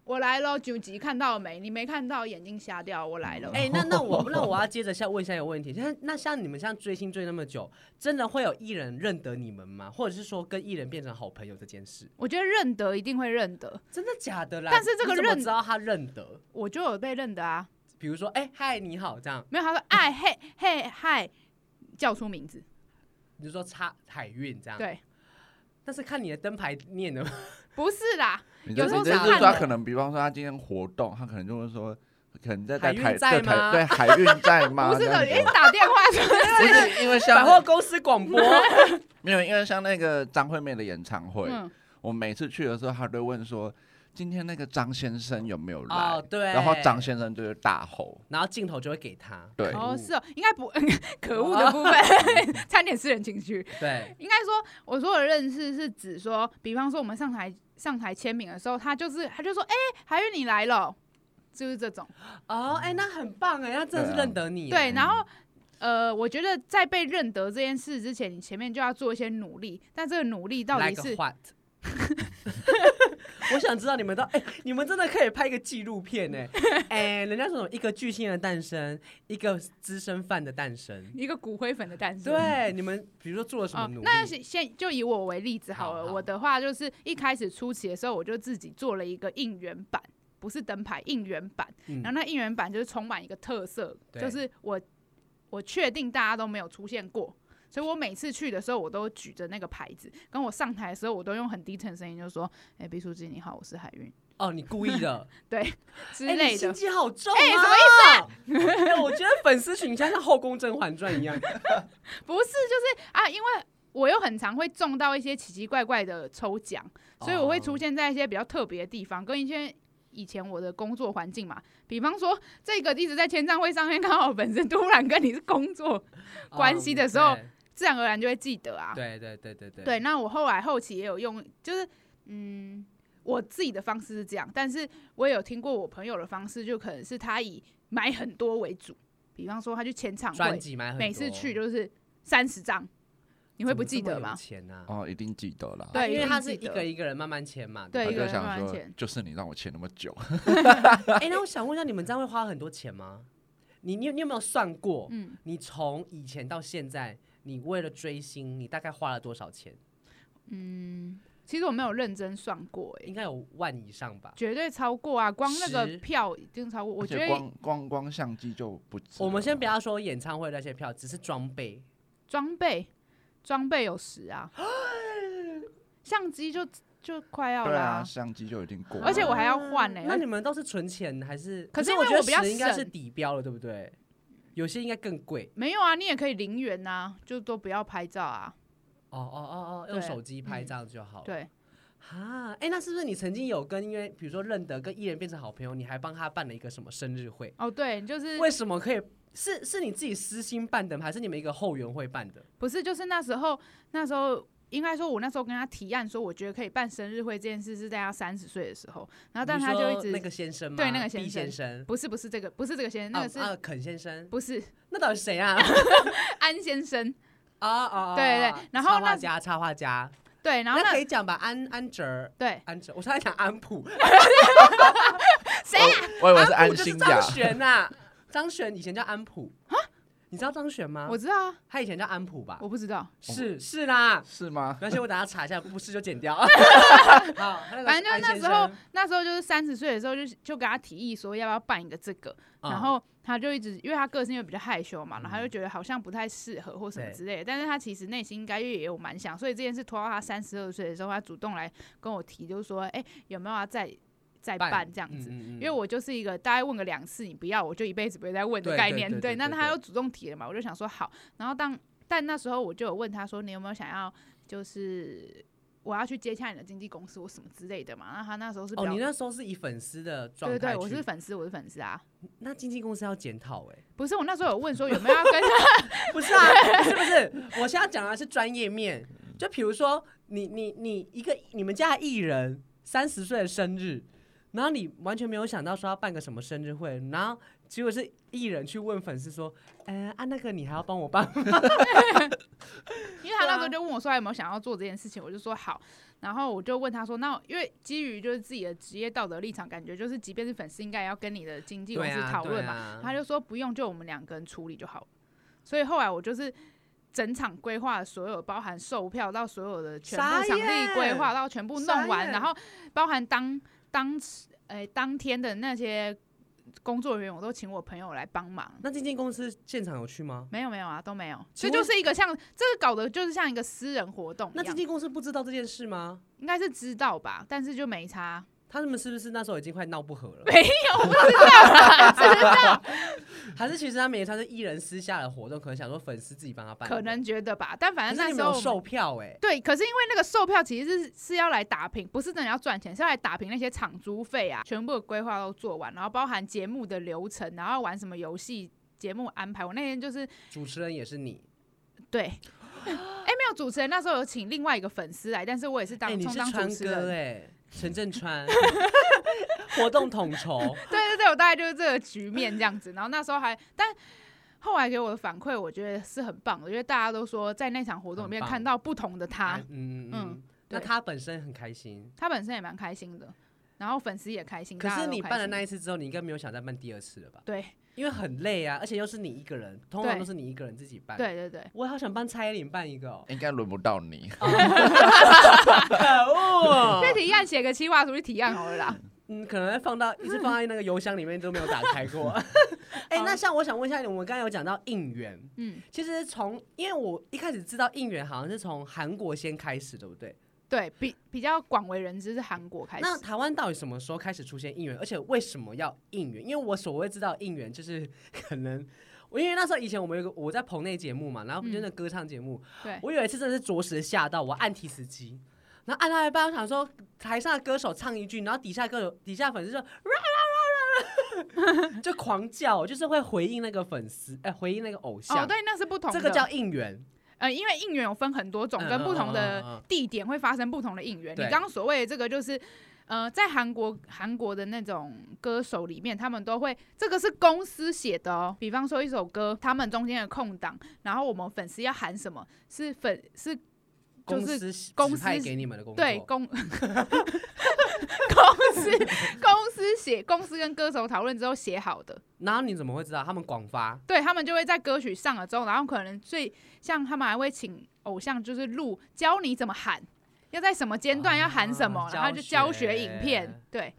C: 我来喽，九级看到了没？你没看到，眼睛瞎掉，我来了。
A: 哎、那那我那我要接着下问一下一个问题，像那像你们像追星追那么久，真的会有艺人认得你们吗？或者是说跟艺人变成好朋友这件事，
C: 我觉得认得一定会认得，
A: 真的假的啦？
C: 但是这个
A: 你怎么
C: 认
A: 知道他认得？
C: 我就有被认得啊。
A: 比如说，哎、嗨，你好，这样，
C: 没有，他说哎嘿嘿嗨，叫出名字，
A: 你就说差海运这样，。
C: 对，
A: 但是看你的灯牌念 的，
C: 不是啦，
B: 你就
C: 有时候
B: 你就是
C: 是
B: 说
C: 看
B: 他
C: 的
B: 可能，比方说他今天活动，他可能就会说，可能在
A: 海
B: 在
A: 运在
B: 台在
A: 吗
B: 台对海运 在吗？
C: 不是
B: 这
C: 的，
B: 样
C: 一
B: 子
C: 打电话说，
B: 不是因为像
A: 百货公司广 播，
B: 没有，因为像那个张惠妹的演唱会，
C: 嗯，
B: 我每次去的时候，他都会问说今天那个张先生有没有来，
A: 哦对
B: 然后张先生就是大吼，
A: 然后镜头就会给他，
B: 对
A: 可恶
C: 哦，是哦，应该不， 可恶的部分， 差点私人情绪。
A: 对，
C: 应该说，我说的认识是指说，比方说我们上台上台签名的时候，他就是他就说，哎、海运你来了，就是这种。
A: 哦，哎、那很棒哎，那真的是
B: 对啊
A: 认得你耶，
C: 对，然后呃，我觉得在被认得这件事之前，你前面就要做一些努力，但这个努力到底
A: Like
C: 是
A: what？我想知道你们都哎、你们真的可以拍一个纪录片 哎、哎、人家说什么一个巨星的诞生，一个资深犯的诞生，
C: 一个骨灰粉的诞生。
A: 对，你们比如说做了什么
C: 哦
A: 努，力？
C: 那先先就以我为例子好了。
A: 好好
C: 我的话就是一开始初期的时候，我就自己做了一个应援版，不是灯牌，应援版。
A: 嗯
C: 然后那应援版就是充满一个特色，
A: 对
C: 就是我我确定大家都没有出现过，所以我每次去的时候，我都举着那个牌子，跟我上台的时候，我都用很低沉的声音就说：“哎、毕书记你好，我是海运
A: 哦，你故意的
C: 之
A: 哎你
C: 类的。
A: 心机好重、啊，
C: 哎什
A: 么意思、啊我觉得粉丝群像像《后宫甄嬛传》一样，
C: 不是，就是啊，因为。我又很常会中到一些奇奇怪怪的抽奖，
A: 哦
C: 所以我会出现在一些比较特别的地方，跟一些以前我的工作环境嘛。比方说，这个一直在签唱会上面，刚好粉丝突然跟你是工作， 关系的时候
A: 嗯
C: 自然而然就会记得啊。
A: 对对对对对对
C: 对，那我后来后期也有用，就是嗯，我自己的方式是这样，但是我也有听过我朋友的方式，就可能是他以买很多为主，比方说他去签唱
A: 专
C: 会，
A: 辑买很多，
C: 每次去就是三十张，
A: 你
C: 你会不记得
A: 吗？
C: 吗？
A: 钱呐、啊，
B: 哦，一定记得啦。
C: 对
A: 因为
C: 一定
A: 他是
C: 记
A: 一
C: 得
A: 个一个人慢慢签嘛，
B: 他
C: 对一个
B: 就
C: 人
B: 想
C: 慢慢
B: 说
C: 签，
B: 就是你让我签那么久，
A: 哎、那我想问一下，你们这样会花很多钱吗？你你有你有没有算过？
C: 嗯
A: 你从以前到现在，你为了追星，你大概花了多少钱？
C: 嗯，其实我没有认真算过、欸，
A: 应该有万以上吧。
C: 绝对超过啊，光那
A: 十
C: 个票已经超过，我
B: 而且
C: 觉得
B: 光光光相机就不止了。
A: 我们先不要说演唱会那些票，只是装备。
C: 装备装备有十啊，相机就就快要
B: 对
C: 啦、
B: 啊，相机就已经过了，
C: 而且我还要换呢
A: 啊那你们都是存钱还是？
C: 可是因
A: 我
C: 为
A: 觉得
C: 我比较
A: 10应该
C: 省
A: 是底标了，对不对？有些应该更贵。
C: 没有啊，你也可以零元呐、就都不要拍照啊。
A: 哦哦哦哦，
C: 对
A: 用手机拍
C: 嗯
A: 照就好了。
C: 对，
A: 啊，哎，那是不是你曾经有跟因为比如说认得跟艺人变成好朋友，你还帮他办了一个什么生日会？
C: 哦，对，就是
A: 为什么可以？是是你自己私心办的吗？还是你们一个后援会办的？
C: 不是，就是那时候，那时候应该说，我那时候跟他提案说，我觉得可以办生日会这件事是在他三十岁的时候，然后啊但
A: 你
C: 他就
A: 说
C: 一直、
A: 那个先生吗？
C: 对那个
A: B
C: 先
A: 先
C: 生
A: 生，
C: 不是不是这个不是这个先生，那个是、
A: 啊啊肯先生，
C: 不是
A: 那到底是谁 啊？
C: 安先生？
A: 啊啊，啊
C: 对
A: 啊
C: 对然后
A: 插画
C: 那
A: 家，插画家，
C: 对，然后
A: 那
C: 那
A: 可以讲吧？安安哲儿，
C: 对
A: 安哲，我刚才讲安普，
C: 谁
B: 哦 我以为是
A: 安
B: 安
A: 普就是
B: 心
A: 张
B: 雅，
A: 璇呐，张璇以前叫安普你知道张璇吗
C: 我？知道啊，
A: 他以前叫安普吧？
C: 我不知道，
A: 是是啦，
B: 是吗？，
A: 而且我等下查一下，不是就剪 掉。好，那个
C: 反正就
A: 安
C: 那
A: 先
C: 时候
A: 生，
C: 那时候就是三十岁的时候就，就给他提议说要不要办一个这个，
A: 嗯
C: 然后他就一直因为他个性又比较害羞嘛，
A: 嗯
C: 然后他就觉得好像不太适合或什么
A: 对
C: 之类的，但是他其实内心应该也有蛮想，所以这件事拖到他三十二岁的时候，他主动来跟我提，就是说，哎、有没有要再再办这样子？
A: 嗯嗯嗯
C: 因为我就是一个大概问个两次，你不要我就一辈子不会再问的
A: 对
C: 概
A: 对
C: 念。
A: 对对
C: 那
A: 对
C: 他
A: 对
C: 又主动提了嘛，我就想说好。然后当但那时候我就有问他说，你有没有想要就是我要去接洽你的经纪公司或什么之类的嘛？那他那时候是比
A: 哦，
C: 较、
A: 你那时候是以粉丝的状
C: 对对
A: 态
C: 对，
A: 去，
C: 我是粉丝，我是粉丝啊。
A: 那经纪公司要检讨 哎，
C: 不是我那时候有问说有没有要跟他
A: 不是啊，是不是？我现在讲的是专业面，就比如说你你你一个你们家的艺人三十岁的生日，然后你完全没有想到说要办个什么生日会，然后结果是艺人去问粉丝说，呃啊那个你还要帮我办吗？
C: 因为他那时候就问我说他有没有想要做这件事情，我就说好，然后我就问他说，那因为基于就是自己的职业道德立场，感觉就是即便是粉丝，应该也要跟你的经纪公
A: 对
C: 司
A: 啊，
C: 讨论
A: 对
C: 嘛。
A: 啊，
C: 他就说不用，就我们两个人处理就好了。所以后来我就是整场规划所有，包含售票到所有的全
A: 傻
C: 部场地
A: 眼
C: 规划到全部弄
A: 傻
C: 完，
A: 眼
C: 然后包含当当诶、当天的那些工作人员，我都请我朋友来帮忙。
A: 那经纪公司现场有去吗？
C: 没有没有啊，都没有，这
A: 请
C: 就
A: 问
C: 是一个像这个搞的，就是像一个私人活动
A: 那
C: 一
A: 经
C: 样，
A: 纪公司不知道这件事吗？
C: 应该是知道吧，但是就没差，
A: 他们是不是那时候已经快闹哦不和了？
C: 没有，我 不知道啦，知道，
A: 还是其实他们也算是艺人私下的活动，可能想说粉丝自己帮他办的，
C: 可能觉得吧，但反
A: 可
C: 正
A: 是你
C: 那时
A: 没
C: 候
A: 有
C: 我们
A: 售票哎、
C: 对，可是因为那个售票其实是是要来打平，不是真的要赚钱，是要来打平那些场租费啊，全部的规划都做完，然后包含节目的流程，然后玩什么游戏，节目安排。我那天就是
A: 主持人也是你，
C: 对，哎、没有主持人，那时候有请另外一个粉丝来，但是我也是当
A: 哎、你
C: 充、
A: 是
C: 当
A: 川
C: 主持
A: 哥
C: 人。
A: 哎、陈振 川，活动统筹，
C: 对对对，我大概就是这个局面这样子。然后那时候还，但后来给我的反馈，我觉得是很棒的，因为大家都说在那场活动里面
A: 很棒
C: 看到不同的他，
A: 嗯嗯嗯
C: 嗯，
A: 那
C: 对
A: 他本身很开心，
C: 他本身也蛮开心的，然后粉丝也开心。
A: 可
C: 大家
A: 是
C: 都
A: 你
C: 开
A: 办了
C: 心
A: 那一次之后，你应该没有想再办第二次了吧？
C: 对
A: 因为很累啊，而且又是你一个人，通常
C: 对
A: 都是你一个人自己办。，
C: 对对对。
A: 我好想帮蔡依林办一个、哦
B: 应该轮不到你。
C: 啊 哎
A: 可恶
C: 这提案写个企划书去提案好了啦。
A: 哦嗯，可能放到一 直放在那个邮箱里面都没有打开过。 哎、那像我想问一下你，我们刚才有讲到应援，
C: 嗯，
A: 其实从因为我一开始知道应援好像是从韩国先开始，对不对？
C: 对比比较广为人知是韩国开始。哦
A: 那台湾到底什么时候开始出现应援？而且为什么要应援？因为我所谓知道应援，就是 可能我因为那时候以前我们有个我在棚内节目嘛，然后
C: 嗯
A: 就那歌唱节目，
C: 对，
A: 我有一次真的是着实吓到，我按提词机。然后按到一半，我想说台上的歌手唱一句，然后底下歌手底下粉 丝就啦 啦啦啦啦，就狂叫，就是会回应那个粉丝，哎、回应那个偶像，
C: 哦，对，那是不同的。
A: 这个叫应援。
C: 呃，因为应援有分很多种，
A: 嗯
C: 跟不同
A: 嗯嗯嗯嗯
C: 的地点会发生不同的应援。你
A: 对
C: 刚刚所谓的这个就是。呃，在韩国韩国的那种歌手里面，他们都会这个是公司写的哦。比方说一首歌，他们中间的空档，然后我们粉丝要喊什么，是粉是
A: 公
C: 就是
A: 司指
C: 公
A: 派
C: 司
A: 给你们的工作，
C: 对公公司公司写公司跟歌手讨论之后写好的，
A: 然后你怎么会知道他们广发？
C: 对他们就会在歌曲上了之后，然后可能最像他们还会请偶像就是录教你怎么喊，要在什么间段
A: 啊
C: 要喊什么，然后就教
A: 教
C: 学
A: 学
C: 影片。对，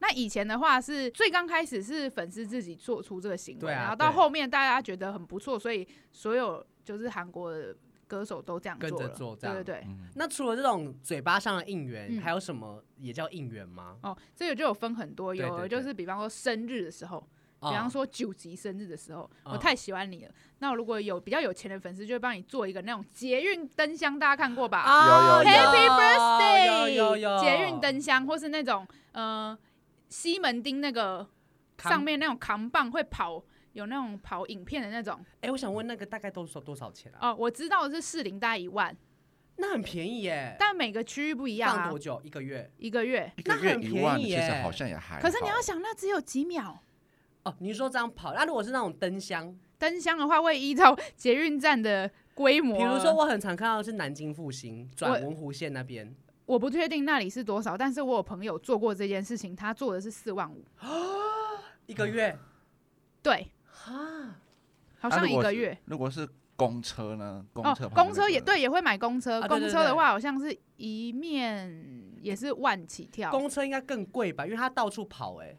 C: 那以前的话是最刚开始是粉丝自己做出这个行为，
A: 对啊
C: 然后到
A: 对
C: 后面大家觉得很不错，所以所有就是韩国的歌手都这样
A: 跟
C: 做
A: 着
C: 了，
A: 做这
C: 对对
A: 样
C: 对。
B: 嗯
A: 那除了这种嘴巴上的应援，
C: 嗯
A: 还有什么也叫应援吗？
C: 哦，这个就有分很多，
A: 对
C: 有
A: 对
C: 就
A: 对
C: 是比方说生日的时候，
A: 哦
C: 比方说九级生日的时候，
A: 嗯
C: 我太喜欢你了。那如果有比较有钱的粉丝，就会帮你做一个那种捷运灯箱，大家看过吧？
A: 啊
B: 有有有
C: Happy birthday！
A: 有有有
C: 捷运灯箱，或是那种呃西门町那个
A: 扛
C: 上面那种扛棒会跑，有那种跑影片的那种。
A: 哎，我想问那个大概都少多少钱啊？
C: 哦，我知道的是士林大概一万，
A: 那很便宜耶，
C: 但每个区域不一样
A: 放
C: 啊
A: 多，久？一个月？
C: 一个月。
B: 一
A: 那
B: 个月
A: 很
B: 一
A: 便
B: 万，
A: 宜
B: 其实
A: 耶
B: 好像也还好。
C: 可是你要想，那只有几秒。
A: 哦，你说这样跑？那如果是那种灯箱，
C: 灯箱的话，会依照捷运站的规模。
A: 比如说，我很常看到是南京复兴转文湖线那边，
C: 我不确定那里是多少，但是我有朋友做过这件事情，他做的是四万五，
A: 一个月
C: 对，
A: 哈，
C: 好
B: 那
C: 像
B: 啊如
C: 一
B: 果
C: 个
B: 是
C: 月。
B: 如果是公车呢？公车
C: 哦，
B: 旁边
C: 公
B: 那
C: 车也
B: 个
C: 对，也会买公
A: 啊
C: 车。
A: 对
C: 公
A: 对
C: 车
A: 对
C: 的话，好像是一面也是万起跳。
A: 公车应该更贵吧？因为它到处跑哎、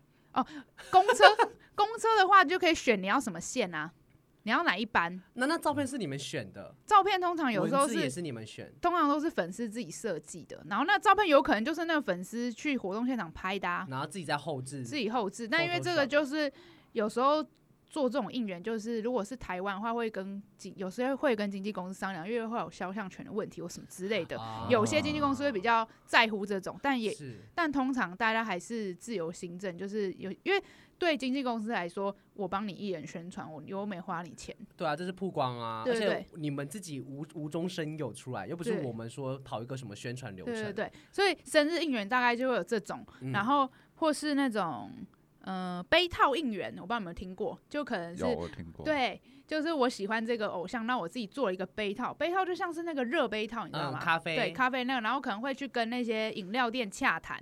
C: 公车 公车的话，就可以选你要什么线啊，你要哪一班。
A: 那那照片是你们选的，
C: 照片通常有时候
A: 文字也
C: 是，
A: 是你们选
C: 通常都是粉丝自己设计的，然后那照片有可能就是那个粉丝去活动现场拍的、啊，
A: 然后自己在后置。
C: 自己后置。但因为这个
A: Photoshop
C: 就是有时候。做这种应援，就是如果是台湾的话，会跟经有时候会跟经纪公司商量，因为会有肖像权的问题或什么之类的。
A: 啊
C: 有些经纪公司会比较在乎这种，但也
A: 是
C: 但通常大家还是自由行政，就是有因为对经纪公司来说，我帮你艺人宣传，我又没花你钱，
A: 对啊，这是曝光啊，
C: 对对
A: 而且你们自己无无中生有出来，又不是
C: 对
A: 我们说跑一个什么宣传流
C: 对
A: 程。
C: 对对，所以生日应援大概就会有这种，
A: 嗯
C: 然后或是那种呃杯套应援，我不知道有没有听过，就可能是
B: 有我听过，，
C: 对，就是我喜欢这个偶像，那我自己做了一个杯套，杯套就像是那个热杯套，你知道
A: 嗯
C: 吗？
A: 咖啡
C: 啊对咖啡那个，然后可能会去跟那些饮料店洽谈，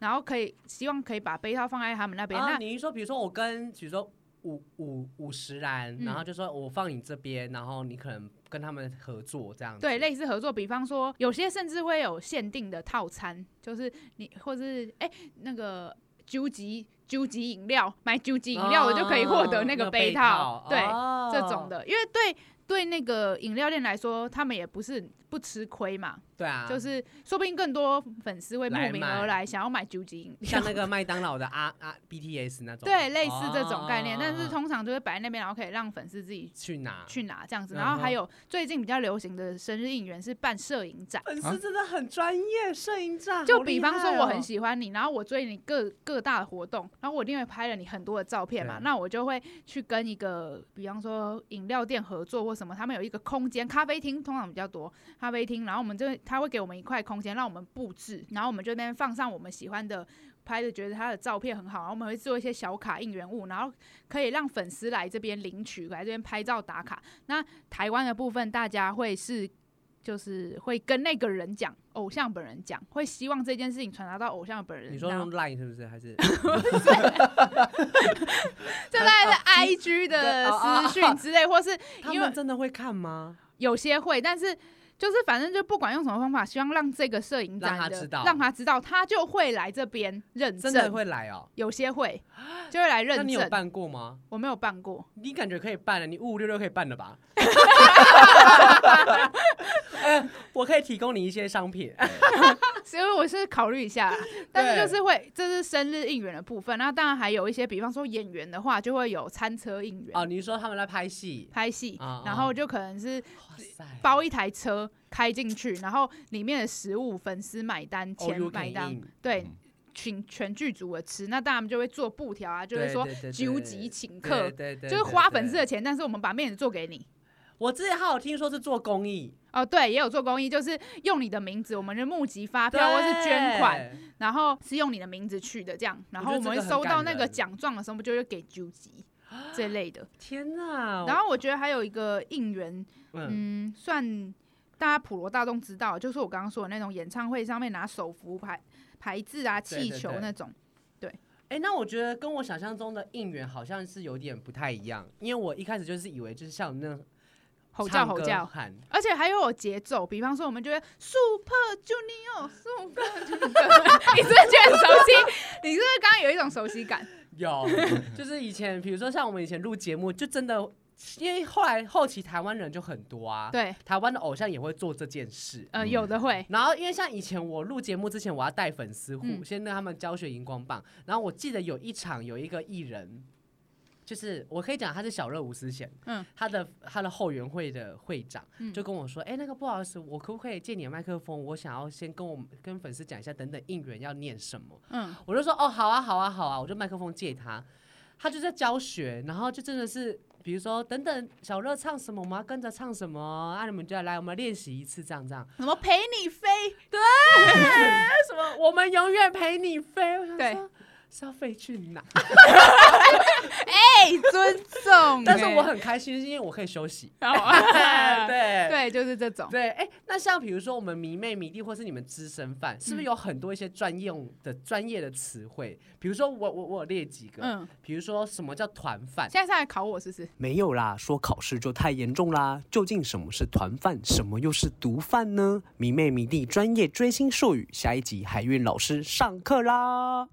C: 然后可以希望可以把杯套放在他们那边，
A: 啊，
C: 那
A: 你一说，比如说我跟，比如说五五五十人，
C: 嗯
A: 然后就说我放你这边，然后你可能跟他们合作这样子。啊
C: 对，类似合作，比方说有些甚至会有限定的套餐，就是你或是哎、那个究极究极饮料，买究极饮料我就可以获得
A: 哦
C: 那
A: 那
C: 个
A: 个
C: 杯
A: 杯
C: 套，对、
A: 哦
C: 这种的，因为对对那个饮料店来说，他们也不是不吃亏嘛，
A: 对啊，
C: 就是说不定更多粉丝会慕
A: 来
C: 名
A: 买
C: 而来，想要买究极饮料
A: 像。那个麦当劳的啊啊 BTS 那种，
C: 对，类似这种概念，
A: 哦
C: 但是通常就会摆在那边，然后可以让粉丝自己
A: 去拿
C: 去拿这样子。
A: 嗯
C: 然后还
A: 哼
C: 有最近比较流行的生日应援是办摄影展，
A: 粉
B: 啊
A: 丝真的很专业，摄影站。
C: 就
A: 好
C: 比
A: 厉
C: 方说
A: 害
C: 我
A: 哦
C: 很喜欢你，然后我追你各各大的活动，然后我一定会拍了你很多的照片嘛，
A: 对
C: 那我就会去跟一个比方说饮料店合作或什么，他们有一个空间咖啡厅，通常比较多咖啡厅，然后我们就会他会给我们一块空间让我们布置，然后我们就在那边放上我们喜欢的。拍的觉得他的照片很好，然后我们会做一些小卡应援物，然后可以让粉丝来这边领取，来这边拍照打卡。那台湾的部分，大家会是就是会跟那个人讲，偶像本人讲，会希望这件事情传达到偶像本人。
A: 你说
C: 然
A: 用
C: 后
A: Line 是不是？还是
C: 这大概是 IG 的
A: 哦
C: 私讯之类，或是
A: 他
C: 因为
A: 们真的会看吗？
C: 有些会，但是就是反正就不管用什么方法，希望让这个摄影展
A: 让他
C: 的
A: 知道
C: 让他知道，他就会来这边认
A: 真的
C: 证。
A: 会来哦？
C: 有些会就会来
A: 那
C: 认
A: 你有
C: 证，
A: 办过吗？
C: 我没有办过。
A: 你感觉可以办了，你五五六六可以办的 吧？哎我可以提供你一些商品。
C: 所以我是考虑一下 啦，但是就是会，这是生日应援的部分。那当然还有一些，比方说演员的话，就会有餐车应援、
A: 哦，你说他们在拍戏？
C: 拍戏，
A: 啊
C: 然后就可能是
A: 哇塞，
C: 包一台车开进去，然后里面的食物粉丝买单，
A: 哦
C: 钱
A: ，you
C: 买
A: can
C: 单，
A: in
C: 对
B: 嗯，
C: 请全剧组的吃。那当然就会做布条啊，就
A: 对
C: 会说
A: 对对对
C: 纠集
A: 对
C: 请客，
A: 对对，
C: 就
A: 对
C: 是花粉丝。
A: 对
C: 的钱，但是我们把面子做给你。
A: 我之前还有听说是做公益，
C: 哦，对，也有做公益，就是用你的名字，我们就募集发票或是捐款，
A: 对，
C: 然后是用你的名字去的，这样，然后我们会收到那个奖状的时候，我们就会给九级这 类的。
A: 天哪！
C: 然后我觉得还有一个应援，
A: 嗯，
C: 嗯，算大家普罗大众知道，就是我刚刚说的那种演唱会上面拿手幅牌牌子啊、
A: 对对
C: 气球
A: 对
C: 那种。
A: 哎，那我觉得跟我想象中的应援好像是有点不太一样，因为我一开始就是以为就是像那种
C: 吼叫
A: 唱
C: 吼
A: 歌
C: 叫，
A: 喊，
C: 而且还有节奏，比方说我们就会 Super Junior，Super Junior，你是不 是觉得很熟 悉？你是不是刚刚有一种熟悉感？
A: 有，就是以前，比如说像我们以前录节目，就真的，因为后来后期台湾人就很多 啊，嗯
C: 对，
A: 台湾的偶像也会做这件事。
C: 呃，有的会，
A: 然后，因为像以前我录节目之前，我要带粉丝户，
C: 嗯
A: 先让他们教学荧光棒。然后我记得有一场有一个艺人，就是我可以讲他是小热无私险，
C: 嗯
A: 他的他的后援会的会长
C: 嗯
A: 就跟我说，哎、那个不好意思，我可不可以借你的麦克风？我想要先跟我们跟粉丝讲一下，等等应援要念什么。
C: 嗯，
A: 我就说哦，好啊，好啊，好啊，我就麦克风借他，他就在教学，然后就真的是，比如说等等小热唱什么，我们要跟着唱什么，啊，你们就要来，我们练习一次，这样这样，
C: 什么陪你飞，
A: 什么我们永远陪你飞，我想
C: 对
A: 说是要飞去哪？
C: 哎、尊重、 欸
A: 但是我很开心，是因为我可以休 息。
C: 很
A: 对
C: 对，就是这种，
A: 对，哎，那像比如说我们迷妹、迷弟，或是你们资深饭，是不是有很多一些专用的、专业的词汇？比如说我我我有列几个，
C: 嗯，
A: 比如说什么叫团饭？
C: 现在上来考我试试，
A: 没有啦，说考试就太严重啦。究竟什么是团饭，什么又是毒贩呢？迷妹迷弟专业追星术语，下一集海韵老师上课啦。